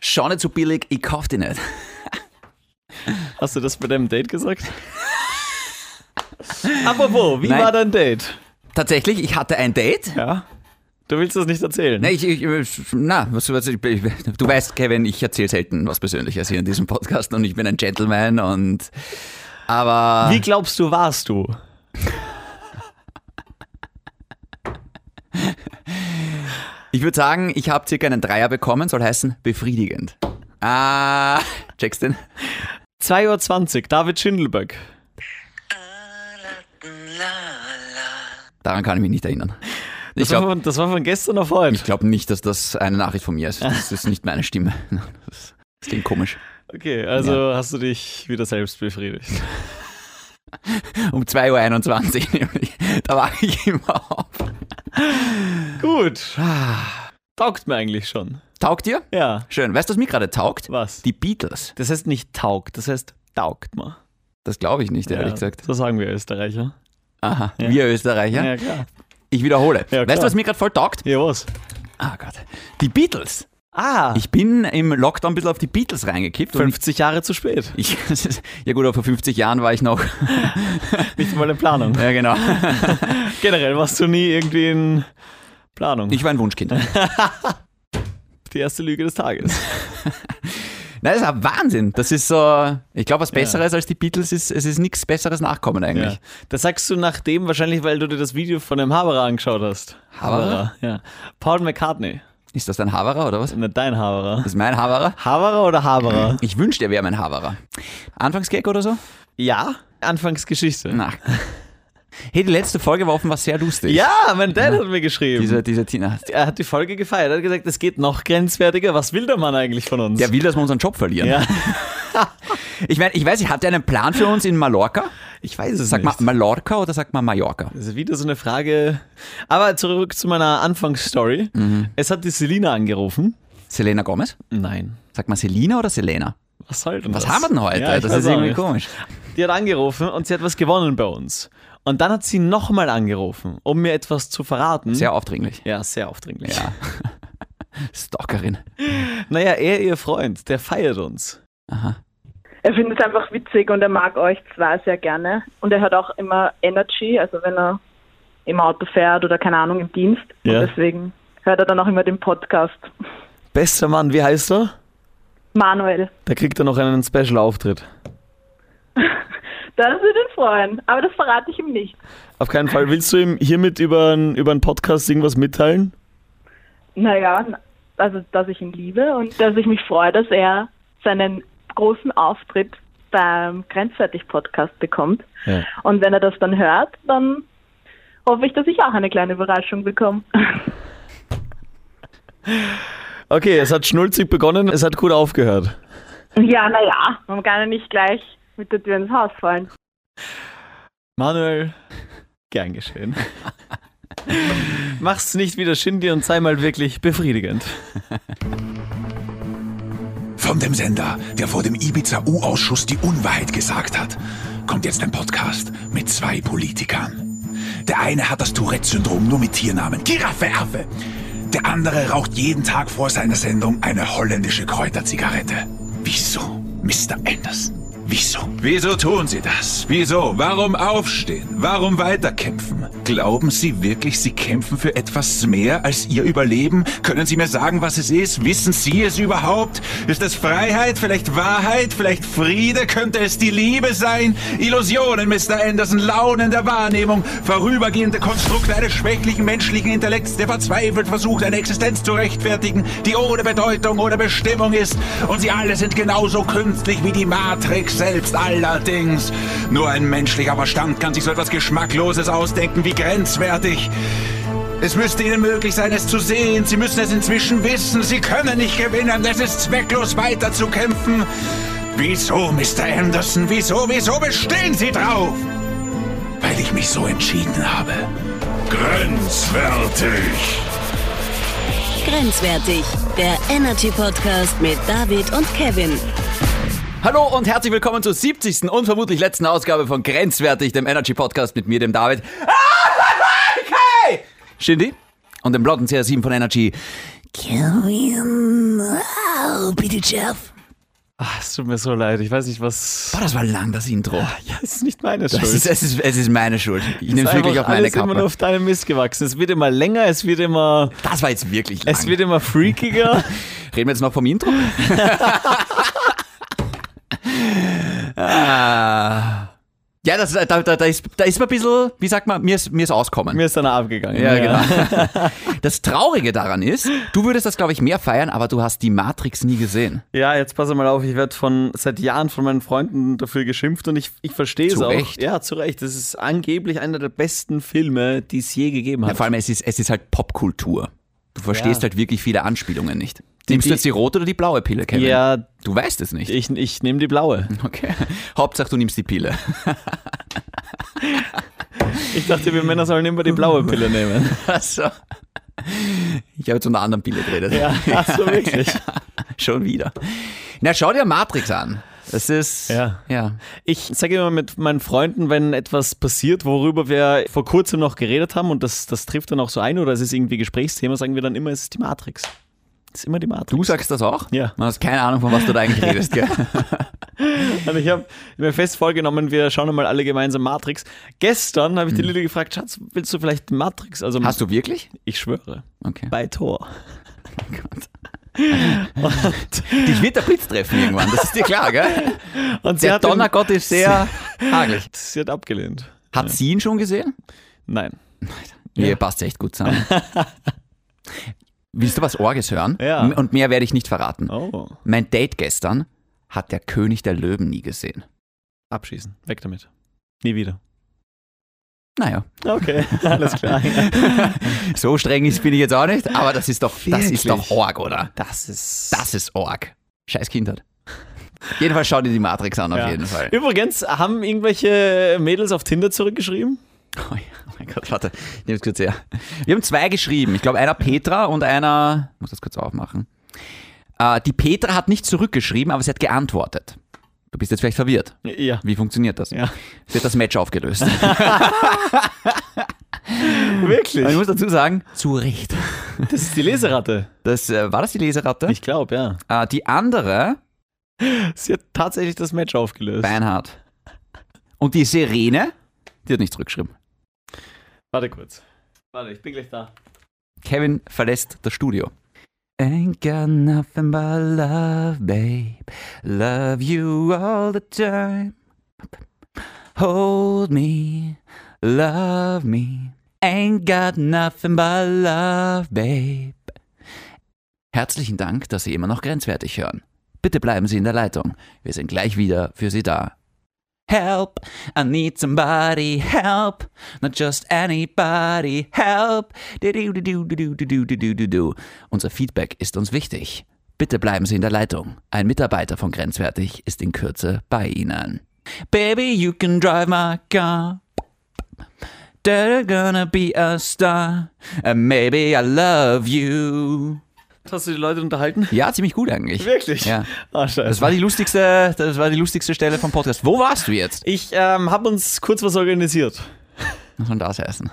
schau nicht so billig, ich kauf die nicht. Hast du das bei deinem Date gesagt? Apropos, wie Nein. war dein Date? Tatsächlich, ich hatte ein Date. Ja. Du willst das nicht erzählen? Nee, ich, ich, na, was, was, ich, ich, du weißt, Kevin, ich erzähle selten was Persönliches hier in diesem Podcast und ich bin ein Gentleman und aber Wie glaubst du, warst du? ich würde sagen, ich habe circa einen Dreier bekommen, soll heißen befriedigend. Ah, checkst den? 2.20 Uhr, David Schindelberg. Daran kann ich mich nicht erinnern. Ich Das, war glaube von, das war von gestern auf heute. ich glaub nicht, dass das eine Nachricht von mir ist. Das ist nicht meine Stimme. Das, das klingt komisch. Okay, also hast du dich wieder selbst befriedigt. Um 2.21 Uhr nämlich. Da war ich immer auf. Gut. Taugt mir eigentlich schon. Taugt dir? Ja. Schön. Weißt du, was mir gerade taugt? Was? Die Beatles. Das heißt nicht taugt, das heißt taugt mal. Das glaube ich nicht, ehrlich gesagt. So sagen wir Österreicher. Aha, wir Österreicher. klar. Ich wiederhole. Ja, weißt klar. du, was mir gerade voll taugt? Ja, was? Ah Gott. Die Beatles. Ah, Ich bin im Lockdown ein bisschen auf die Beatles reingekippt. Und 50 Jahre zu spät. ich, ja gut, aber vor 50 Jahren war ich noch. Nicht mal in Planung. Ja genau. Generell warst du nie irgendwie in Planung. Ich war ein Wunschkind. die erste Lüge des Tages. Nein, das ist ein Wahnsinn. Das ist so, ich glaube, was Besseres als die Beatles ist, es ist nichts Besseres nachkommen eigentlich. Ja. Das sagst du nach dem wahrscheinlich, weil du dir das Video von dem Haberer angeschaut hast. Haberer? Ja. Paul McCartney. Ist das dein Haverer oder was? Nicht dein Haberer. Das ist mein Haverer? Haberer oder Haberer? Ich wünschte, er wäre mein Haverer. Anfangsgag oder so? Ja. Hm. Anfangsgeschichte. Na. Hey, die letzte Folge war offenbar sehr lustig. Ja, mein Dad hat mir geschrieben. Diese, diese Tina. er hat die Folge gefeiert. Er hat gesagt, es geht noch grenzwertiger. Was will der Mann eigentlich von uns? Der will, dass wir unseren Job verlieren. Ja. Ich meine, ich weiß, ich hatte einen Plan für uns in Mallorca. Ich weiß es Sagt man nicht. Mallorca oder sagt man Mallorca? Das ist wieder so eine Frage. Aber zurück zu meiner Anfangsstory. Es hat die Selina angerufen. Selena Gomez? Nein. Sagt man Selina oder Selena? Was soll denn Was das? haben wir denn heute? Ja, ich das weiß ist auch irgendwie nicht. Hm? komisch. Die hat angerufen und sie hat was gewonnen bei uns. Und dann hat sie nochmal angerufen, um mir etwas zu verraten. Sehr aufdringlich. ja, sehr aufdringlich. Ja. Stalkerin. Naja, er, ihr Freund, der feiert uns. Aha. Er findet es einfach witzig und er mag euch zwar sehr gerne. Und er hat auch immer Energy, also wenn er im Auto fährt oder keine Ahnung im Dienst. Ja. Und deswegen hört er dann auch immer den Podcast. Bester Mann, wie heißt er? Manuel, Da kriegt er noch einen Special-Auftritt. da würde ihn freuen, aber das verrate ich ihm nicht. Auf keinen Fall. Willst du ihm hiermit über einen über einen Podcast irgendwas mitteilen? Naja, also dass ich ihn liebe und dass ich mich freue, dass er seinen großen Auftritt beim Grenzwertig-Podcast bekommt. Ja. Und wenn er das dann hört, dann hoffe ich, dass ich auch eine kleine Überraschung bekomme. Okay, es hat schnulzig begonnen, es hat gut aufgehört. Ja, naja, man kann ja nicht gleich mit der Tür ins Haus fallen. Manuel, gern geschehen. Mach's nicht wieder Shindy und sei mal wirklich befriedigend. Von dem Sender, der vor dem Ibiza-U-Ausschuss die Unwahrheit gesagt hat, kommt jetzt ein Podcast mit zwei Politikern. Der eine hat das Tourette-Syndrom nur mit Tiernamen, Giraffe, Affe. Der andere raucht jeden Tag vor seiner Sendung eine holländische Kräuterzigarette. Wieso, Mr. Anderson? Wieso? Wieso tun Sie das? Wieso? Warum aufstehen? Warum weiterkämpfen? Glauben Sie wirklich, Sie kämpfen für etwas mehr als Ihr Überleben? Können Sie mir sagen, was es ist? Wissen Sie es überhaupt? Ist es Freiheit? Vielleicht Wahrheit? Vielleicht Friede? Könnte es die Liebe sein? Illusionen, Mr. Anderson, Launen der Wahrnehmung, vorübergehende Konstrukte eines schwächlichen menschlichen Intellekts, der verzweifelt versucht, eine Existenz zu rechtfertigen, die ohne Bedeutung oder Bestimmung ist. Und sie alle sind genauso künstlich wie die Matrix selbst allerdings. Nur ein menschlicher Verstand kann sich so etwas Geschmackloses ausdenken wie grenzwertig. Es müsste Ihnen möglich sein, es zu sehen. Sie müssen es inzwischen wissen. Sie können nicht gewinnen. Es ist zwecklos, weiterzukämpfen. Wieso, Mr. Anderson? Wieso, wieso bestehen Sie drauf? Weil ich mich so entschieden habe. Grenzwertig. Grenzwertig, der Energy Podcast mit David und Kevin. Hallo und herzlich willkommen zur 70. und vermutlich letzten Ausgabe von Grenzwertig, dem Energy Podcast mit mir, dem David. Ah, okay! Shindy und dem blonden CR7 von Energy. Oh, bitte, Jeff. Ach, es tut mir so leid. Ich weiß nicht, was. Boah, das war lang, das Intro. Ja, es ist nicht meine Schuld. Das ist, es, ist, es ist meine Schuld. Ich nehme es wirklich einfach auf meine alles immer nur Kappe. auf deinem Mist gewachsen. Es wird immer länger, es wird immer, Das war jetzt wirklich lang. es wird immer freakiger. Reden wir jetzt noch vom Intro? ah. Ja, das, da, da, da, ist, da ist mir ein bisschen, wie sagt man, mir ist, mir ist auskommen. Mir ist dann abgegangen. ja, genau. Das Traurige daran ist, du würdest das, glaube ich, mehr feiern, aber du hast die Matrix nie gesehen. Ja, jetzt pass mal auf, ich werde von seit Jahren von meinen Freunden dafür geschimpft und ich, ich verstehe es Zu auch. Recht. Ja, zu Recht. Das ist angeblich einer der besten Filme, die es je gegeben Ja, hat. vor allem, es ist, es ist halt Popkultur. Du verstehst Ja. halt wirklich viele Anspielungen nicht. Nimmst du jetzt die rote oder die blaue Pille, Kevin? Ja, Du weißt es nicht. ich, ich nehme die blaue. Okay. Hauptsache, du nimmst die Pille. Ich dachte, wir Männer sollen immer die blaue Pille nehmen. Also, ich habe jetzt von einer anderen Pille geredet. Ja, ach so wirklich. Schon wieder. Na, schau dir Matrix an. Das ist. Ja. ja. Ich sage immer mit meinen Freunden, wenn etwas passiert, worüber wir vor kurzem noch geredet haben und das, das trifft dann auch so ein oder es ist irgendwie Gesprächsthema, sagen wir dann immer, es ist die Matrix. Es ist immer die Matrix. Du sagst das auch? Ja. Man hat keine Ahnung, von was du da eigentlich redest, gell? Also ich habe mir fest vorgenommen, wir schauen einmal alle gemeinsam Matrix. Gestern habe ich die Lilly gefragt, Schatz, willst du vielleicht Matrix? Also Hast du wirklich? ich schwöre, Okay. bei Tor. Dich wird der Blitz treffen irgendwann, das ist dir klar, gell? Und sie Der hat, ihn- Donnergott ist sehr hagelig. sie hat abgelehnt. Hat sie ihn schon gesehen? Nein. Nee, passt echt gut zusammen. Willst du was Orges hören? Ja. M- Und mehr werde ich nicht verraten. Oh, Mein Date gestern hat der König der Löwen nie gesehen. abschießen. Weg damit. Nie wieder. Naja, Okay, alles klar. so streng ist bin ich jetzt auch nicht, aber das ist doch, das ist Wirklich? doch Org, oder? Das ist... Das ist Org. Scheiß halt. Kindheit. Jedenfalls schau dir die Matrix an, auf Ja. jeden Fall. Übrigens, haben irgendwelche Mädels auf Tinder zurückgeschrieben? Oh, ja. oh mein Gott, warte, ich nehme es kurz her. Wir haben zwei geschrieben. Ich glaube, einer Petra und einer. Ich muss das kurz aufmachen. Äh, die Petra hat nicht zurückgeschrieben, aber sie hat geantwortet. Du bist jetzt vielleicht verwirrt. Ja. Wie funktioniert das? Ja. Sie hat das Match aufgelöst. Wirklich? Aber ich muss dazu sagen, zu Recht. Das ist die Leseratte. Das, äh, war das die Leseratte? Ich glaube, ja. Äh, die andere, Sie hat tatsächlich das Match aufgelöst. Beinhardt. Und die Sirene, die hat nicht zurückgeschrieben. Warte kurz. Warte, ich bin gleich da. Kevin verlässt das Studio. Ain't got nothing but love, babe. Love you all the time. Hold me, love me. Ain't got nothing but love, babe. Herzlichen Dank, dass Sie immer noch grenzwertig hören. Bitte bleiben Sie in der Leitung. Wir sind gleich wieder für Sie da. Help, I need somebody, help, not just anybody, help. Du-du-du-du-du-du-du-du-du-du. Unser Feedback ist uns wichtig. Bitte bleiben Sie in der Leitung. Ein Mitarbeiter von Grenzwertig ist in Kürze bei Ihnen. Baby, you can drive my car. They're gonna be a star. And maybe I love you. Hast du die Leute unterhalten? Ja, ziemlich gut eigentlich. Wirklich? Ja. Ah, scheiße. Das war die lustigste, das war die lustigste Stelle vom Podcast. Wo warst du jetzt? ich ähm, habe uns kurz was organisiert. Was soll das heißen?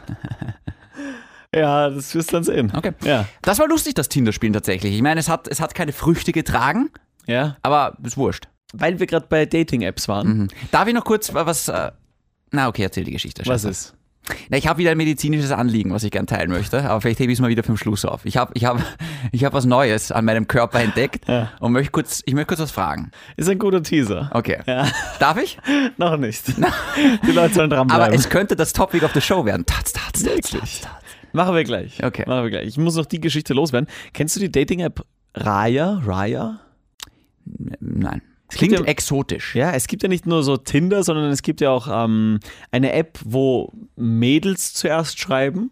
Ja, das wirst du dann sehen. Okay. Ja. Das war lustig, das Tinder-Spielen tatsächlich. Ich meine, es hat, es hat keine Früchte getragen, Ja. aber ist wurscht. Weil wir gerade bei Dating-Apps waren. Darf ich noch kurz wa- was. Äh, na, okay, erzähl die Geschichte. Was Scheiße. ist? Na, ich habe wieder ein medizinisches Anliegen, was ich gerne teilen möchte, aber vielleicht hebe ich es mal wieder vom Schluss auf. Ich habe ich hab, ich hab was Neues an meinem Körper entdeckt Ja. und möchte kurz, ich möchte kurz was fragen. Ist ein guter Teaser. Okay. Ja. Darf ich? Noch nicht. die Leute sollen dranbleiben. Aber es könnte das Topic of the Show werden. Tats, tats, tats, tats, tats. Machen wir gleich. Okay. Machen wir gleich. Ich muss noch die Geschichte loswerden. Kennst du die Dating-App Raya? Raya? Nein. Klingt ja- exotisch. Ja, es gibt ja nicht nur so Tinder, sondern es gibt ja auch ähm, eine App, wo Mädels zuerst schreiben.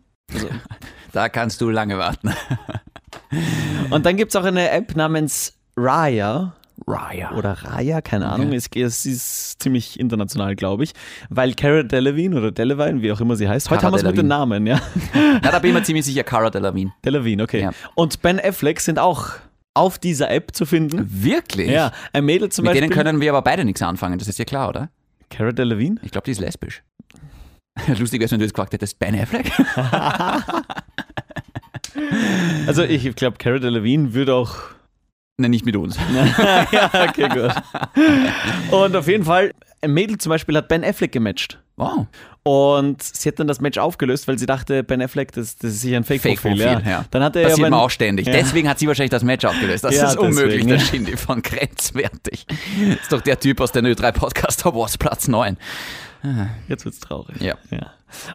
Da kannst du lange warten. Und dann gibt es auch eine App namens Raya Raya. oder Raya, keine Ahnung. Es, es ist ziemlich international, glaube ich. Weil Cara Delevingne oder Delevingne, wie auch immer sie heißt. Heute Cara haben wir es mit den Delevingne. Namen, ja. Na, da bin ich mir ziemlich sicher, Cara Delevingne. Delevingne, okay. Ja. Und Ben Affleck sind auch auf dieser App zu finden. Wirklich? Ja, ein Mädel zum Mit Beispiel. denen können wir aber beide nichts anfangen, das ist ja klar, oder? Cara Delevingne? Ich glaube, die ist lesbisch. Lustig wäre es, wenn du jetzt gefragt hättest, Ben Affleck? Also ich glaube, Cara Delevingne würde auch Nein, nicht mit uns. ja, okay, gut. Und auf jeden Fall, ein Mädel zum Beispiel hat Ben Affleck gematcht. Wow. Und sie hat dann das Match aufgelöst, weil sie dachte, Ben Affleck, das, das ist sicher ein Fake-Profil. Fake-Profil, ja. ja. Dann hat er Passiert ja mir auch ständig. Ja. Deswegen hat sie wahrscheinlich das Match aufgelöst. Das Ja, ist unmöglich, deswegen, der ja. Schindy von grenzwertig. Ist doch der Typ aus den Ö3 Podcast Awards Platz 9. Jetzt wird's traurig. Ja.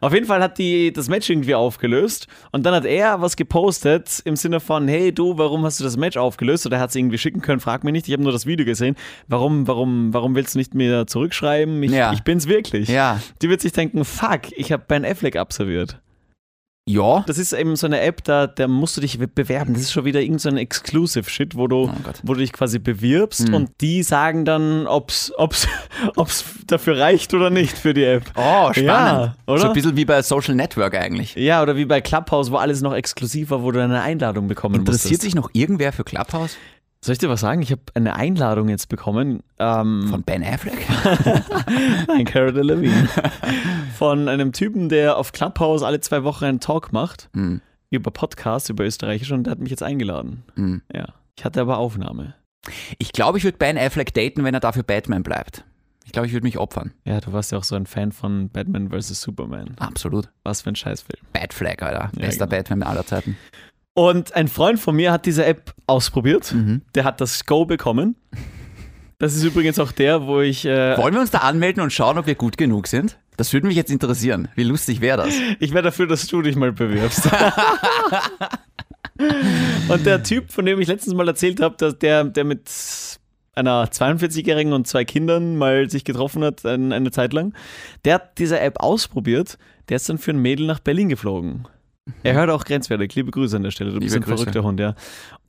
Auf jeden Fall hat die das Match irgendwie aufgelöst und dann hat er was gepostet im Sinne von, hey du, warum hast du das Match aufgelöst? Oder er hat es irgendwie schicken können, frag mich nicht, ich habe nur das Video gesehen. Warum, warum, warum willst du nicht mir zurückschreiben? Ich, Ja. ich bin's wirklich. Ja. Die wird sich denken, fuck, ich habe Ben Affleck absolviert. Ja. Das ist eben so eine App, da, da musst du dich be- bewerben. Das ist schon wieder irgendein so ein Exclusive-Shit, wo, du, Oh Gott. Mhm. wo du dich quasi bewirbst und die sagen dann, ob's, ob's, ob's dafür reicht oder nicht für die App. Oh, spannend. Ja, oder? So ein bisschen wie bei Social Network eigentlich. Ja, oder wie bei Clubhouse, wo alles noch exklusiv war, wo du eine Einladung bekommen Interessiert musstest. sich noch irgendwer für Clubhouse? Soll ich dir was sagen? Ich habe eine Einladung jetzt bekommen. Ähm, Von Ben Affleck? Nein, Cara Delevingne. Von einem Typen, der auf Clubhouse alle zwei Wochen einen Talk macht. Hm. Über Podcasts, über Österreichisch. Und der hat mich jetzt eingeladen. Hm. Ja. Ich hatte aber Aufnahme. Ich glaube, ich würde Ben Affleck daten, wenn er dafür Batman bleibt. Ich glaube, ich würde mich opfern. Ja, du warst ja auch so ein Fan von Batman vs. Superman. Absolut. Was für ein Scheißfilm. Batfleck, Alter. Ja, Bester genau. Batman aller Zeiten. Und ein Freund von mir hat diese App ausprobiert. Der hat das Go bekommen. Das ist übrigens auch der, wo ich äh, Wollen wir uns da anmelden und schauen, ob wir gut genug sind? Das würde mich jetzt interessieren. Wie lustig wäre das? Ich wäre dafür, dass du dich mal bewirbst. und der Typ, von dem ich letztens mal erzählt habe, dass der, der mit einer 42-Jährigen und zwei Kindern mal sich getroffen hat, ein, eine Zeit lang, der hat diese App ausprobiert. Der ist dann für ein Mädel nach Berlin geflogen. Er hört auch grenzwertig. Liebe Grüße an der Stelle. Du bist ein Liebe Grüße. verrückter Hund, ja.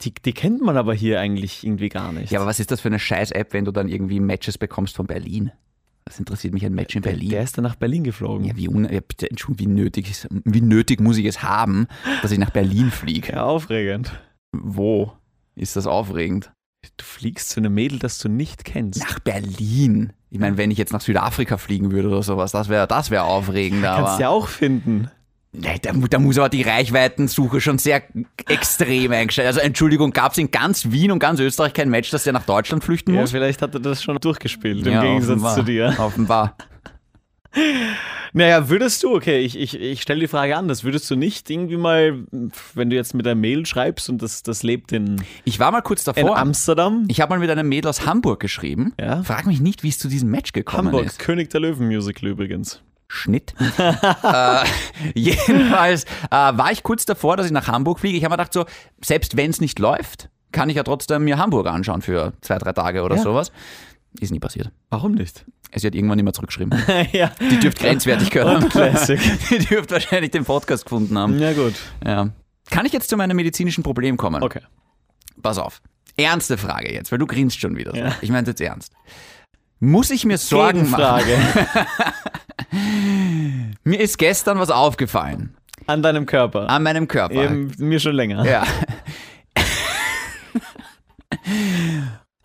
Die, die kennt man aber hier eigentlich irgendwie gar nicht. Ja, aber was ist das für eine Scheiß-App, wenn du dann irgendwie Matches bekommst von Berlin? Das interessiert mich ein Match in Berlin. Der ist dann nach Berlin geflogen. ja, wie, un ja, bitte, Entschuldigung, wie, nötig ist, wie nötig muss ich es haben, dass ich nach Berlin fliege? ja aufregend. Wo ist das aufregend? Du fliegst zu einem Mädel, das du nicht kennst. Nach Berlin. Ich meine, wenn ich jetzt nach Südafrika fliegen würde oder sowas, das wäre das wär aufregend. Kannst aber du ja auch finden. Nee, da, mu- da muss aber die Reichweitensuche schon sehr extrem eingestellt. Also Entschuldigung, gab es in ganz Wien und ganz Österreich kein Match, dass der nach Deutschland flüchten Ja, muss? vielleicht hat er das schon durchgespielt, im Ja, Gegensatz offenbar. zu dir. Offenbar. Naja, würdest du, okay, ich, ich, ich stelle die Frage anders, würdest du nicht irgendwie mal, wenn du jetzt mit der Mail schreibst und das, das lebt in, Ich war mal kurz in davor. Amsterdam, Ich habe mal mit einem Mädel aus Hamburg geschrieben. Ja. Frag mich nicht, wie es zu diesem Match gekommen Hamburg, ist. König der Löwen Musical übrigens. Schnitt. äh, jedenfalls äh, war ich kurz davor, dass ich nach Hamburg fliege. Ich habe mir gedacht, so, selbst wenn es nicht läuft, kann ich ja trotzdem mir Hamburg anschauen für zwei, drei Tage oder Ja. sowas. Ist nie passiert. Warum nicht? Sie hat irgendwann immer zurückgeschrieben. ja, Die dürft grenzwertig gehört haben. Classic. Die Mhm. dürft wahrscheinlich den Podcast gefunden haben. Na gut, Ja. Kann ich jetzt zu meinem medizinischen Problem kommen? okay. Pass auf. Ernste Frage jetzt, weil du grinst schon wieder. so. Ja. Ich meine jetzt ernst. Muss ich mir Sorgen machen? Frage Mir ist gestern was aufgefallen an deinem Körper. an meinem Körper. Eben, mir schon länger. Ah, Ja.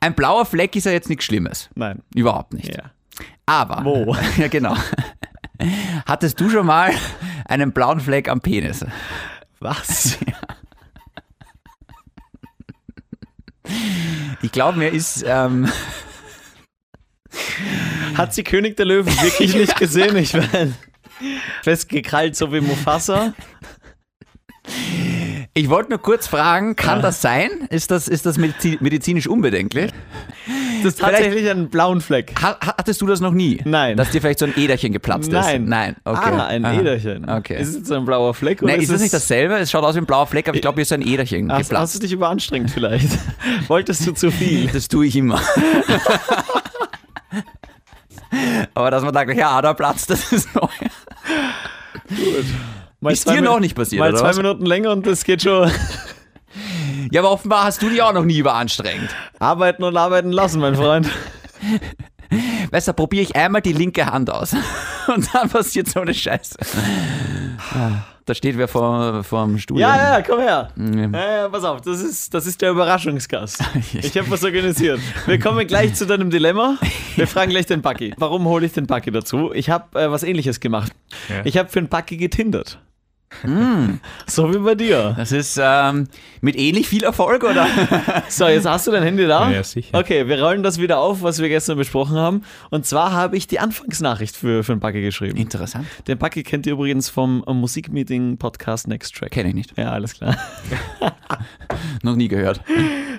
Ein blauer Fleck ist ja jetzt nichts Schlimmes. Nein, Überhaupt nicht. ja. Aber. Wo? Ja, genau. Hattest du schon mal einen blauen Fleck am Penis? Was? Ich glaube, mir ist. Ähm, Hat sie König der Löwen wirklich nicht gesehen? Ich meine, festgekrallt so wie Mufasa. ich wollte nur kurz fragen, Ah. kann das sein? Ist das, ist das medizi- medizinisch unbedenklich? Das ist tatsächlich einen blauen Fleck. Ha hattest du das noch nie? Nein. Dass dir vielleicht so ein Äderchen geplatzt Nein. ist? Nein. Okay. Ah, ein Äderchen. Okay. Ist es so ein blauer Fleck? Oder Nein, ist das nicht dasselbe? Es schaut aus wie ein blauer Fleck, aber ich glaube, mir ist ein Äderchen Hast, geplatzt. hast du dich überanstrengt vielleicht? Wolltest du zu viel? Das tue ich immer. Aber dass man da gleich, ja, da platzt, das ist neu. Mal Ist zwei dir Min- noch nicht passiert, Mal oder zwei was? Minuten länger und das geht schon. Ja, aber offenbar hast du dich auch noch nie überanstrengt. Arbeiten und arbeiten lassen, mein Freund. Weißt du, da probiere ich einmal die linke Hand aus. Und dann passiert so eine Scheiße. Da steht wer vor, vor dem Studio. Ja, ja, komm her. Ja, ja, pass auf, das ist, das ist der Überraschungsgast. Ich habe was organisiert. Wir kommen gleich zu deinem Dilemma. Wir fragen gleich den Bucky. Warum hole ich den Bucky dazu? Ich habe äh, was ähnliches gemacht. Ich habe für den Bucky getindert. Hm. So wie bei dir. Das ist ähm, mit ähnlich viel Erfolg, oder? So, jetzt hast du dein Handy da. Ja, sicher. Okay, wir rollen das wieder auf, was wir gestern besprochen haben. Und zwar habe ich die Anfangsnachricht für, für den Backe geschrieben. Interessant. Den Backe kennt ihr übrigens vom äh, Musikmeeting-Podcast Next Track. Kenne ich nicht. Ja, alles klar. Noch nie gehört.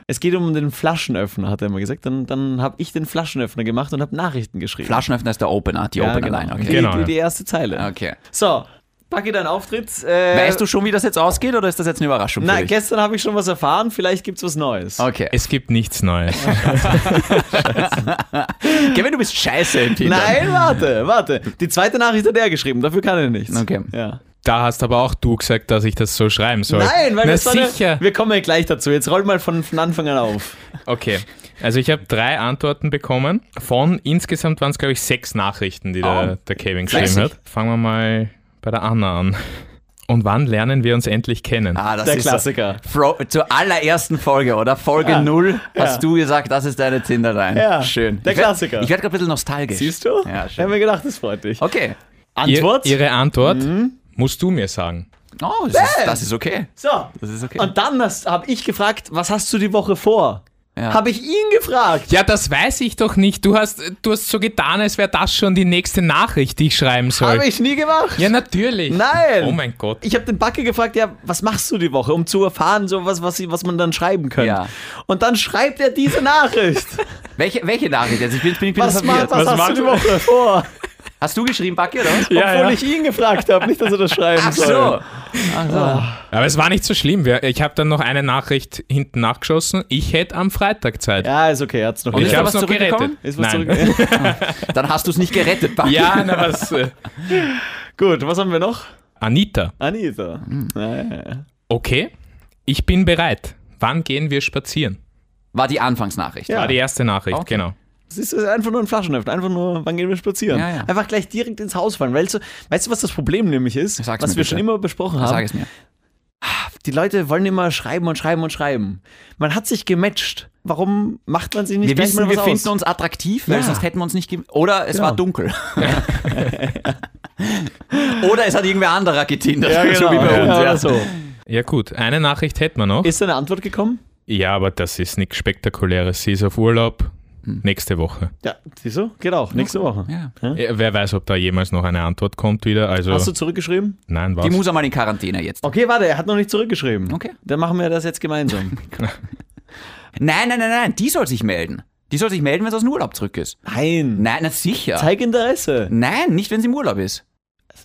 Es geht um den Flaschenöffner, hat er immer gesagt. Dann, dann habe ich den Flaschenöffner gemacht und habe Nachrichten geschrieben. Flaschenöffner ist der Opener, die ja, genau. Opener-Line. Die, Okay. Ah, Genau, die, ja. die erste Zeile. okay. So, Backe, dein Auftritt. Äh, Weißt du schon, wie das jetzt ausgeht, oder ist das jetzt eine Überraschung? Nein, für dich? gestern habe ich schon was erfahren. Vielleicht gibt es was Neues. Okay. Es gibt nichts Neues. Kevin, du bist scheiße im Team. Nein, warte, warte. Die zweite Nachricht hat er geschrieben, dafür kann er nichts. Okay. Ja. Da hast aber auch du gesagt, dass ich das so schreiben soll. Nein, weil Na, das war eine- sicher. Wir kommen ja gleich dazu. Jetzt roll mal von, von Anfang an auf. Okay, also ich habe drei Antworten bekommen. Von insgesamt waren es, glaube ich, sechs Nachrichten, die der, der Kevin geschrieben fleißig. hat. Fangen wir mal bei der Anna an. Und wann lernen wir uns endlich kennen? Ah, das Der ist Klassiker. So. Fro zur allerersten Folge, oder? Folge Ja. 0 hast du gesagt, das ist deine Tinder-Line. Ja. Schön. Der Ich werd- Klassiker. Ich werde gerade ein bisschen nostalgisch. Siehst du? Ja, Ich habe schön. mir gedacht, das freut dich. Okay. Antwort? Mhm. Ihr, ihre Antwort musst du mir sagen. Oh, das ist, das ist okay. so. Das ist okay. Und dann habe ich gefragt, was hast du die Woche vor? Ja. Habe ich ihn gefragt. Ja, das weiß ich doch nicht. Du hast, du hast so getan, als wäre das schon die nächste Nachricht, die ich schreiben soll. Habe ich nie gemacht. Ja, natürlich. Nein. Oh mein Gott. Ich habe den Backe gefragt, ja, was machst du die Woche, um zu erfahren, so was, was, was man dann schreiben könnte. Ja. Und dann schreibt er diese Nachricht. welche, welche Nachricht jetzt? Ich bin, bin, ich bin was, macht, verwirrt. was, Was hast du macht- die Woche vor? Hast du geschrieben, Backe, oder? was? Ja, Obwohl ja. ich ihn gefragt habe, nicht, dass er das schreiben Ach soll. so. Aber es war nicht so schlimm. Wir- Ich habe dann noch eine Nachricht hinten nachgeschossen. Ich hätte am Freitag Zeit. Ja, ist okay, er hat's noch Und ist ich da habe was es noch zurückgekommen? gerettet. Ist was Nein. zurück. Dann hast du es nicht gerettet, Backe. Ja, na was. äh, Gut, was haben wir noch? Anita, Anita. Hm. Ja, ja, ja. okay, ich bin bereit. Wann gehen wir spazieren? War die Anfangsnachricht. Ja. War die erste Nachricht, Okay. genau. Es ist einfach nur ein Flaschenöffner, einfach nur, wann gehen wir spazieren? Ja, ja. Einfach gleich direkt ins Haus fallen. Weißt du, weißt du, was das Problem nämlich ist? Sag's was mir wir bitte. schon immer besprochen haben. Sag es mir. Die Leute wollen immer schreiben und schreiben und schreiben. Man hat sich gematcht. Warum macht man sich nicht Wir gleich wissen, mal was wir aus? finden uns attraktiv, weil Ja. sonst hätten wir uns nicht. ge- Oder es Genau. war dunkel. Oder es hat irgendwer anderer getindert, ja, genau. so wie bei uns. Ja, Ja, oder so. Ja gut, eine Nachricht hätten wir noch. Ist da eine Antwort gekommen? ja, aber das ist nichts Spektakuläres. Sie ist auf Urlaub Hm. nächste Woche. Ja, wieso? Geht auch, nächste Woche. Ja. Ja, wer weiß, ob da jemals noch eine Antwort kommt wieder. Also, Hast du zurückgeschrieben? nein, was? Die muss einmal in Quarantäne jetzt. Okay, warte, er hat noch nicht zurückgeschrieben. Okay. Dann machen wir das jetzt gemeinsam. Nein, nein, nein, nein, die soll sich melden. Die soll sich melden, wenn sie aus dem Urlaub zurück ist. Nein. Nein, na sicher. Zeig Interesse. Nein, nicht, wenn sie im Urlaub ist.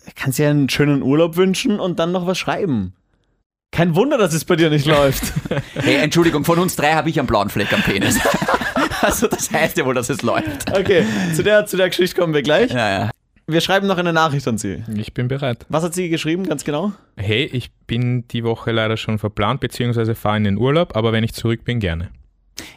Du kannst dir einen schönen Urlaub wünschen und dann noch was schreiben. Kein Wunder, dass es bei dir nicht läuft. Hey, Entschuldigung, von uns drei habe ich einen blauen Fleck am Penis. also, das heißt ja wohl, dass es läuft. Okay, zu der, zu der Geschichte kommen wir gleich. Ja, ja. Wir schreiben noch eine Nachricht an sie. ich bin bereit. Was hat sie geschrieben, ganz genau? Hey, ich bin die Woche leider schon verplant, beziehungsweise fahre in den Urlaub, aber wenn ich zurück bin, gerne.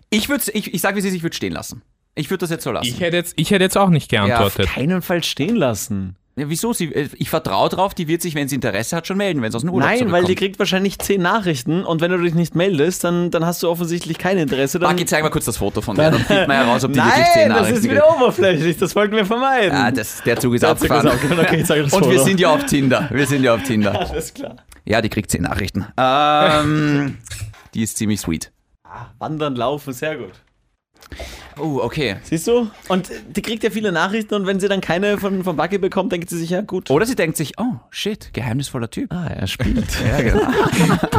Ich würde, ich, ich sag, wie sie sich würde stehen lassen. Ich würde das jetzt so lassen. Ich hätte jetzt, ich hätte jetzt auch nicht geantwortet. Keinen Fall stehen lassen. Ja, wieso? Sie, äh, ich vertraue drauf, die wird sich, wenn sie Interesse hat, schon melden, wenn sie aus dem Urlaub Nein, weil zurückkommt. die kriegt wahrscheinlich zehn Nachrichten und wenn du dich nicht meldest, dann, dann hast du offensichtlich kein Interesse. Dann Baki, zeig mal kurz das Foto von der, dann findet man heraus, ob die Nein, wirklich 10 das Nachrichten ist kriegt. wieder oberflächlich. Das wollten wir vermeiden. Ah, das, der Zug ist Der Zug ist abgefahren. abgefahren, okay, ich zeig das Und wir Foto. sind ja auf Tinder. Wir sind ja auf Tinder. Alles klar. Ja, die kriegt 10 Nachrichten. Ähm, die ist ziemlich sweet. Wandern, laufen, sehr gut. Oh, okay. Siehst du? Und die kriegt ja viele Nachrichten und wenn sie dann keine von, von Bucky bekommt, denkt sie sich ja gut. Oder sie denkt sich, oh, shit, geheimnisvoller Typ. Ah, er spielt. Ja, genau.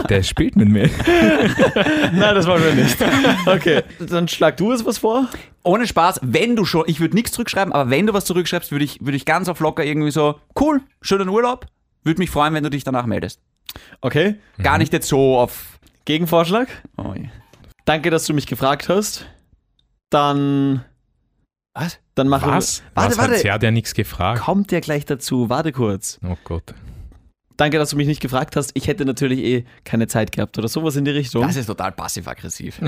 Der spielt mit mir. Nein, das wollen wir nicht. Okay, dann schlag du es was vor. Ohne Spaß, wenn du schon, ich würde nichts zurückschreiben, aber wenn du was zurückschreibst, würde ich, würd ich ganz auf locker irgendwie so, cool, schönen Urlaub. Würde mich freuen, wenn du dich danach meldest. Okay. Gar nicht jetzt so auf. Gegenvorschlag. Oh, je. Danke, dass du mich gefragt hast. Dann. Was? Dann machen wir. Also, Was? Warte, was hat- warte. Sie hat ja nichts gefragt. Kommt ja gleich dazu. Warte kurz. Oh Gott. Danke, dass du mich nicht gefragt hast. Ich hätte natürlich eh keine Zeit gehabt oder sowas in die Richtung. Das ist total passiv-aggressiv.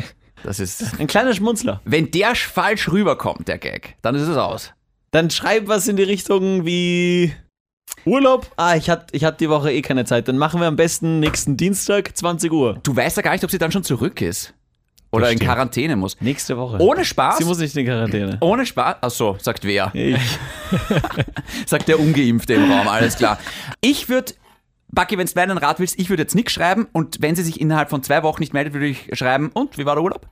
Das ist. Ein kleiner Schmunzler. Wenn der sch- falsch rüberkommt, der Gag, dann ist es aus. Dann schreib was in die Richtung wie. Urlaub? Ah, ich hatte ich hat die Woche eh keine Zeit. Dann machen wir am besten nächsten Dienstag, 20 Uhr. Du weißt ja gar nicht, ob sie dann schon zurück ist. Oder in stimmt. Quarantäne muss. Nächste Woche. Ohne Sie Spaß. muss nicht in Quarantäne. Ohne Spaß. Achso, sagt wer? Ich. Sagt der Ungeimpfte im Raum, alles klar. Ich würde, Bucky, wenn du meinen Rat willst, ich würde jetzt nichts schreiben und wenn sie sich innerhalb von zwei Wochen nicht meldet, würde ich schreiben, und wie war der Urlaub?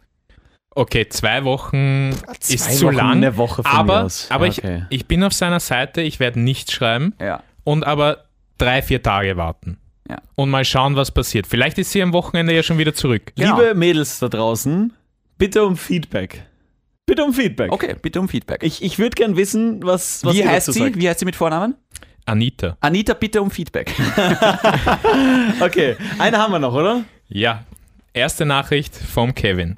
Okay, zwei Wochen Ah, Zwei ist zu Wochen, lang. eine Woche von aber mir aus. aber Ja, okay. ich, ich bin auf seiner Seite, ich werde nichts schreiben Ja. und aber drei, vier Tage warten. Ja. Und mal schauen, was passiert. Vielleicht ist sie am Wochenende ja schon wieder zurück. Genau. Liebe Mädels da draußen, bitte um Feedback. Bitte um Feedback. Okay, bitte um Feedback. Ich, ich würde gern wissen, was, was wie ihr heißt dazu sie? sagt. Wie heißt sie mit Vornamen? Anita. Anita, bitte um Feedback. Okay, eine haben wir noch, oder? Ja. Erste Nachricht vom Kevin.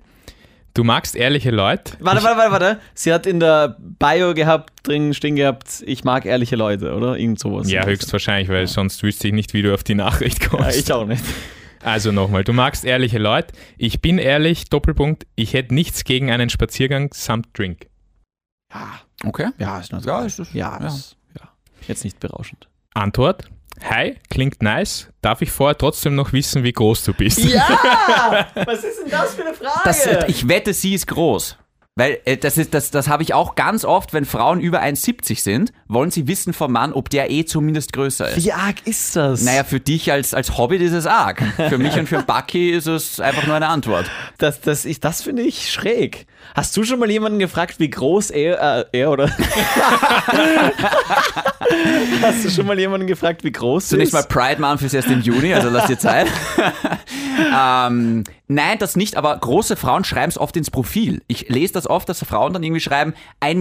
Du magst ehrliche Leute. Warte, warte, warte, warte. Sie hat in der Bio gehabt, drin stehen gehabt, ich mag ehrliche Leute, oder? Irgend sowas. Ja, höchstwahrscheinlich, weil sonst wüsste ich nicht, wie du auf die Nachricht Ja, kommst. ich auch nicht. Also nochmal, du magst ehrliche Leute. Ich bin ehrlich, Doppelpunkt, ich hätte nichts gegen einen Spaziergang samt Drink. Okay. Ja, ist noch Ja, ist das- ja, ja. das- ja. Jetzt nicht berauschend. Antwort: Hi, klingt nice. Darf ich vorher trotzdem noch wissen, wie groß du bist? Was ist denn das für eine Frage? Das, äh, ich wette, sie ist groß. Weil äh, das ist, das, das habe ich auch ganz oft, wenn Frauen über 1,70 sind, wollen sie wissen vom Mann, ob der eh zumindest größer ist. Wie arg ist das? Naja, für dich als, als Hobbit ist es arg. Für mich und für Bucky ist es einfach nur eine Antwort. Das, das, ich, das finde ich schräg. Hast du schon mal jemanden gefragt, wie groß er, äh, er oder? Hast du schon mal jemanden gefragt, wie groß Zunächst mal ist? Pride Month ist erst im Juni, also lass dir Zeit. ähm, nein, das nicht, aber große Frauen schreiben es oft ins Profil. Ich lese das oft, dass Frauen dann irgendwie schreiben 1,78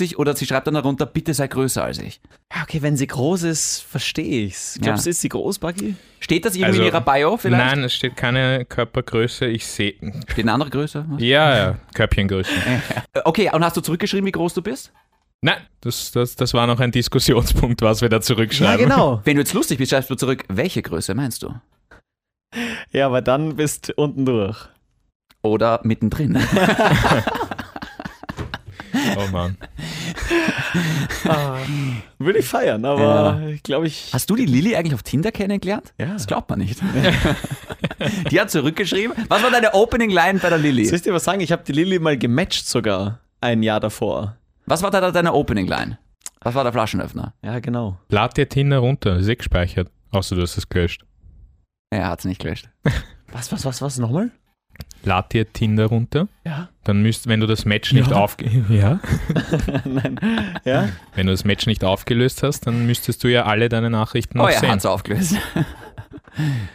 Meter oder sie schreibt dann darunter, bitte sei größer als ich. Ja, okay, wenn sie groß ist, verstehe ich's. Glaubst du, ist sie groß, Bucky? Steht das irgendwie Also, in ihrer Bio vielleicht? Nein, es steht keine Körpergröße. Ich sehe. Steht eine andere Größe? Ja, ja, Körbchengröße. Äh, Okay, und hast du zurückgeschrieben, wie groß du bist? Nein, das, das, das war noch ein Diskussionspunkt, was wir da zurückschreiben. Genau. Wenn du jetzt lustig bist, schreibst du zurück, welche Größe meinst du? Ja, aber dann bist du unten durch. Oder mittendrin. genau. Oh Mann. Würde ich feiern, aber ich glaube, ich. Hast du die Lilly eigentlich auf Tinder kennengelernt? Ja. Das glaubt man nicht. die hat zurückgeschrieben. Was war deine Opening Line bei der Soll Lilly? ich dir was sagen? Ich habe die Lilly mal gematcht sogar ein Jahr davor. Was war da deine Opening Line? Was war der Flaschenöffner? Ja, genau. Lad dir Tinder runter, ist eh gespeichert. Außer du hast es gelöscht. Er hat's nicht gelöscht. Was, was, was, was? Nochmal? Lad dir Tinder runter, Ja. dann müsst, wenn du das Match nicht aufge ja. Nein. Ja? Wenn du das Match nicht aufgelöst hast, dann müsstest du ja alle deine Nachrichten Oh, noch er sehen. hat's aufgelöst.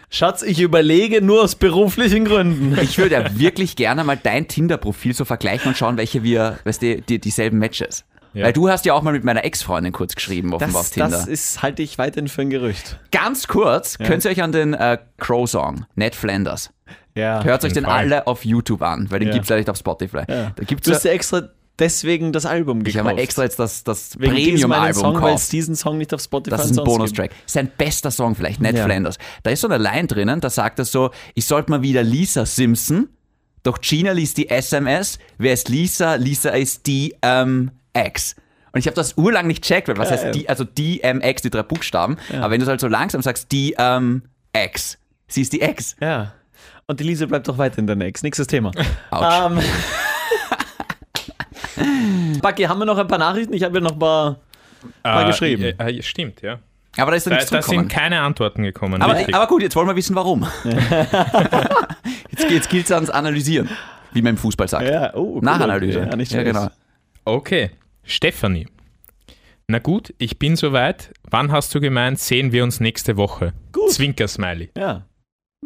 Schatz, ich überlege nur aus beruflichen Gründen. Ich würde ja wirklich gerne mal dein Tinder-Profil so vergleichen und schauen, welche wir, weißt du, die, dieselben Matches. Ja. Weil du hast ja auch mal mit meiner Ex-Freundin kurz geschrieben, Das, offenbar auf Tinder. das ist, halte ich weiterhin für ein Gerücht. Ganz kurz, könnt ihr euch an den äh, Crow-Song, Ned Flanders, Ja. hört euch den Fall. alle auf YouTube an, weil den Ja. gibt's leider nicht auf Spotify. Da gibt's Du hast ja, ja extra deswegen das Album gekauft. ich habe mal extra jetzt das, das Wegen diesem Premium-Album einen Song, weil es gekauft. diesen Song nicht auf Spotify Das ist ein sonst gibt. Bonustrack. Sein bester Song vielleicht, Ned Ja. Flanders. Da ist so eine Line drinnen, da sagt er so, ich sollte mal wieder Lisa Simpson, doch Gina liest die SMS, wer ist Lisa? Lisa ist die ähm, Ex. Und ich habe das urlang nicht checkt, weil was heißt die, also die ähm, Ex, die drei Buchstaben, aber wenn du es halt so langsam sagst, die ähm, Ex. Sie ist die Ex. Ja. Und die Lise bleibt auch weiter in der Next. Nächstes Thema. Ah. Autsch. Ähm, Bucky, haben wir noch ein paar Nachrichten? Ich habe ja noch ein paar. mal geschrieben. Äh, äh, stimmt, ja. aber da ist dann Da, nichts da sind gekommen. keine Antworten gekommen. Aber, richtig. aber gut, jetzt wollen wir wissen, warum. jetzt jetzt gilt es ans Analysieren, wie man im Fußball sagt. Ja, oh, cool. Nachanalyse. Ja, nicht ja, schlecht. genau. okay, Stefanie. Na gut, ich bin soweit. Wann hast du gemeint, sehen wir uns nächste Woche? Gut. Zwinker-Smiley. Ja.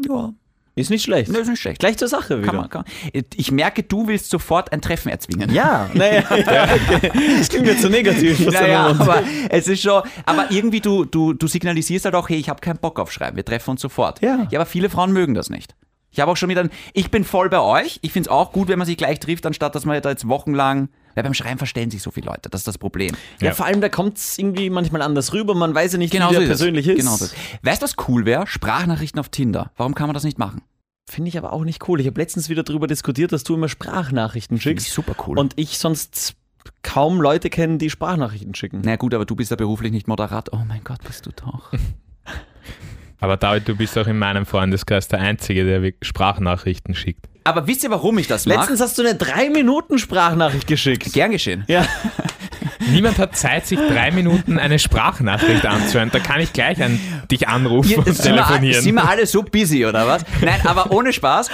Ja, Ist nicht schlecht. das ist nicht schlecht. Gleich zur Sache wieder. Kann man, kann man. Ich merke, du willst sofort ein Treffen erzwingen. Ja, naja, ja, okay. das klingt mir zu negativ. was Naja, soll man- aber es ist schon, aber irgendwie du, du, du signalisierst halt auch, hey, ich habe keinen Bock auf Schreiben, wir treffen uns sofort. Ja. ja aber viele Frauen mögen das nicht. Ich habe auch schon wieder, ein, ich bin voll bei euch, ich finde es auch gut, wenn man sich gleich trifft, anstatt dass man da jetzt wochenlang, weil beim Schreiben verstehen sich so viele Leute, das ist das Problem. ja, Ja. vor allem, da kommt es irgendwie manchmal anders rüber. Man weiß ja nicht, wie der Genau so es. persönlich ist. Genau so ist. es. Weißt du, was cool wäre? Sprachnachrichten auf Tinder. Warum kann man das nicht machen? Finde ich aber auch nicht cool. Ich habe letztens wieder darüber diskutiert, dass du immer Sprachnachrichten Finde schickst. ich super cool. Und ich sonst kaum Leute kenne, die Sprachnachrichten schicken. na gut, aber du bist ja beruflich nicht moderat. Oh mein Gott, bist du doch. Aber David, du bist auch in meinem Freundeskreis der Einzige, der wirklich Sprachnachrichten schickt. Aber wisst ihr, warum ich das mache? Letztens hast du eine 3-Minuten-Sprachnachricht geschickt. Gern geschehen. Ja. Niemand hat Zeit, sich drei Minuten eine Sprachnachricht anzuhören. Da kann ich gleich an dich anrufen Ihr- und sind, wir, sind telefonieren. wir alle so busy oder was? Nein, aber ohne Spaß.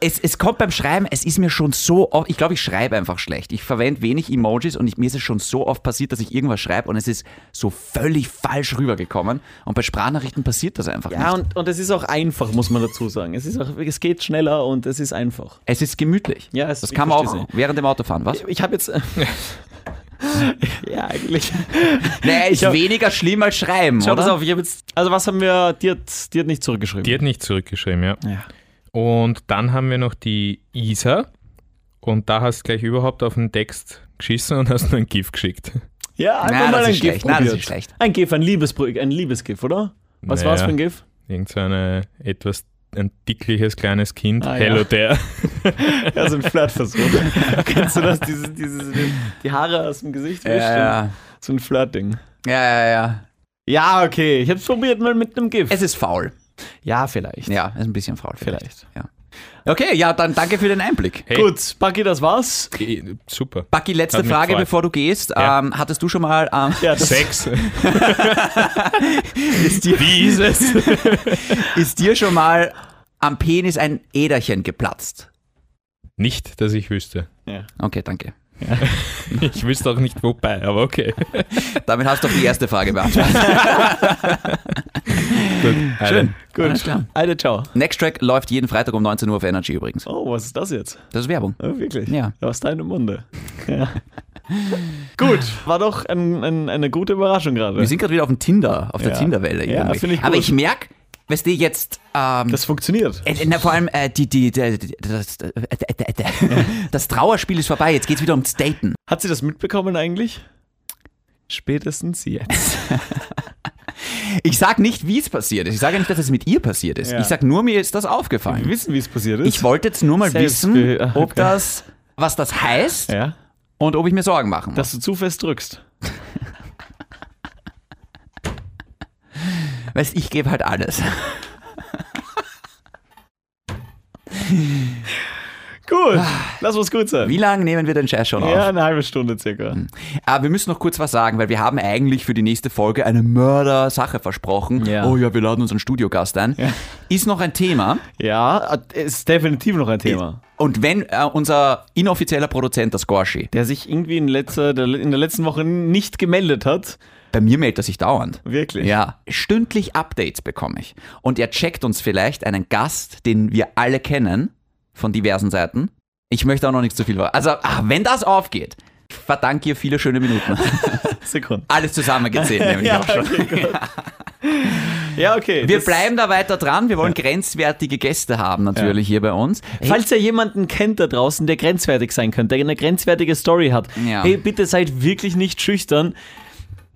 Es, es kommt beim Schreiben, es ist mir schon so oft, ich glaube, ich schreibe einfach schlecht. Ich verwende wenig Emojis und ich, mir ist es schon so oft passiert, dass ich irgendwas schreibe und es ist so völlig falsch rübergekommen. Und bei Sprachnachrichten passiert das einfach Ja, nicht. und, und es ist auch einfach, muss man dazu sagen. Es, ist auch, es geht schneller und es ist einfach. Es ist gemütlich. Ja, es- das ich kann man auch versteh's nicht. während dem Autofahren, was? Ich habe jetzt. ja, eigentlich. Naja, ist hab- weniger schlimm als Schreiben, Schau das oder? auf, ich habe jetzt. Also, was haben wir. Dir hat, dir hat nicht zurückgeschrieben. Die hat nicht zurückgeschrieben, ja. Ja. Und dann haben wir noch die Isa. Und da hast du gleich überhaupt auf den Text geschissen und hast nur ein GIF geschickt. Ja, einfach Na, mal das ein ist GIF schlecht. Na, das probiert. ist schlecht. Ein GIF, ein Liebesprojekt, ein Liebesgif, oder? Was Naja. war's für ein GIF? Irgend so eine etwas ein dickliches kleines Kind. Ah, ja. Hello there. Ja, so ein Flirtversuch. Kennst du das? Dieses, dieses, die Haare aus dem Gesicht wischen. ja, So ein Flirtding. ja, ja, ja. Ja, okay. Ich hab's probiert mal mit einem GIF. Es ist faul. ja, vielleicht. Ja, ist ein bisschen faul. Vielleicht. Vielleicht. Ja. Okay, ja, dann danke für den Einblick. Hey. Gut, Bucky, das war's. Eh, Super. Bucky, letzte Hat mich Frage, gefreut. bevor du gehst. Ja. Ähm, hattest du schon mal, ähm, Ja, das Sex. ist, dir, Wie ist es? ist dir schon mal am Penis ein Äderchen geplatzt? Nicht, dass ich wüsste. Okay, danke. Ich wüsste auch nicht wobei, aber okay. Damit hast du auch die erste Frage beantwortet. Gut. Schön. Gut. Alles klar. Alter, ciao. Next Track läuft jeden Freitag um 19 Uhr auf Energy übrigens. Oh, was ist das jetzt? Das ist Werbung. Oh, wirklich? Ja. Aus deinem Munde. Ja. Gut, war doch ein, ein, eine gute Überraschung gerade. Wir sind gerade wieder auf dem Tinder, auf der Ja. Tinderwelle. Ja, irgendwie. finde ich gut. Aber ich merke, weißt du, jetzt... Ähm, Das funktioniert. Äh, Na, vor allem, äh, die, die, die, die, das, äh, äh, äh, äh, das Trauerspiel ist vorbei, jetzt geht's wieder ums Daten. Hat sie das mitbekommen eigentlich? Spätestens jetzt. Ich sag nicht, wie es passiert ist. Ich sage nicht, dass es mit ihr passiert ist. Ja. Ich sag nur, mir ist das Wir aufgefallen. wissen, wie es passiert ist. Ich wollte jetzt nur mal Selbst- wissen, Ah, ob okay. das, was das heißt ja, und ob ich mir Sorgen machen muss. dass du zu fest drückst. Weißt, ich gebe halt alles. Gut, lass uns gut sein. Ah. Wie Hm. lange nehmen wir den Scheiß schon Ja, auf? eine halbe Stunde circa. Aber wir müssen noch kurz was sagen, weil wir haben eigentlich für die nächste Folge eine Mörder-Sache versprochen. Ja. Oh ja, wir laden uns einen Studiogast ein. Ist noch ein Thema. Ja, ist definitiv noch ein Thema. Und wenn äh, unser inoffizieller Produzent, der Scorshi, Der sich irgendwie in, letzter, der, in der letzten Woche nicht gemeldet hat. Bei mir meldet er sich dauernd. Wirklich? Ja. Stündlich Updates bekomme ich. Und er checkt uns vielleicht einen Gast, den wir alle kennen, von diversen Seiten. Ich möchte auch noch nicht zu viel. ver- Also, ah, wenn das aufgeht, verdank ihr viele schöne Minuten. Sekunden. Alles zusammengezählt, nämlich auch schon. Ja, okay. Wir das- bleiben da weiter dran. Wir wollen grenzwertige Gäste haben, natürlich hier bei uns. Falls ihr jemanden kennt da draußen, der grenzwertig sein könnte, der eine grenzwertige Story hat, Ja. hey, bitte seid wirklich nicht schüchtern.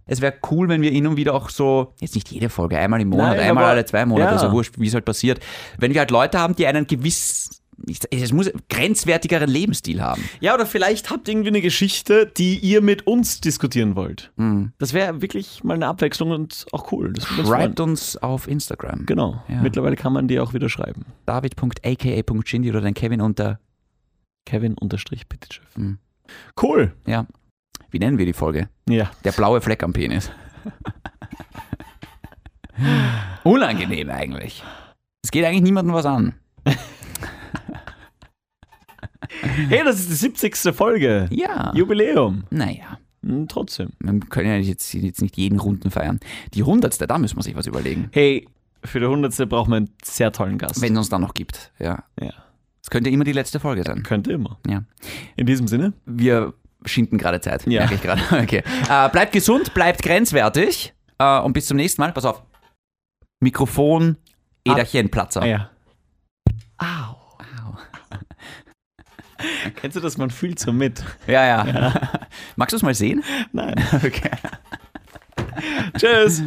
Es wäre cool, wenn wir hin und wieder auch so, jetzt nicht jede Folge, einmal im Monat, Nein, einmal aber- alle zwei Monate, ja. also wurscht, wie es halt passiert. Wenn wir halt Leute haben, die einen gewiss, ich- es muss grenzwertigeren Lebensstil haben. Ja, oder vielleicht habt ihr irgendwie eine Geschichte, die ihr mit uns diskutieren wollt. Mhm. Das wäre wirklich mal eine Abwechslung und auch cool. Das würde uns freuen. Schreibt uns auf Instagram. Genau. Ja. Mittlerweile kann man die auch wieder schreiben. David.aka.shindy oder den Kevin unter, Kevin unterstrich Pittchev. Mhm. Cool. ja. Wie nennen wir die Folge? Ja. Der blaue Fleck am Penis. Unangenehm eigentlich. Es geht eigentlich niemandem was an. Hey, das ist die 70. Folge. Mhm. Ja. Jubiläum. Naja, Hm, Trotzdem. wir können ja jetzt, jetzt nicht jeden Runden feiern. Die Hundertste, da müssen wir sich was überlegen. Hey, für die 100. braucht man einen sehr tollen Gast. Wenn es uns dann noch gibt, ja. Ja. Es könnte immer die letzte Folge sein. Könnte immer. Ja. In diesem Sinne. Wir schinden gerade Zeit, Ja. merke ich gerade. Okay. Äh, bleibt gesund, bleibt grenzwertig äh, und bis zum nächsten Mal. Pass auf. Mikrofon, Ederchen, Platzer. Ah Ja. Au. Kennst du das? Man fühlt so mit. Ja, ja. Magst du es mal sehen? Nein. Okay. Tschüss.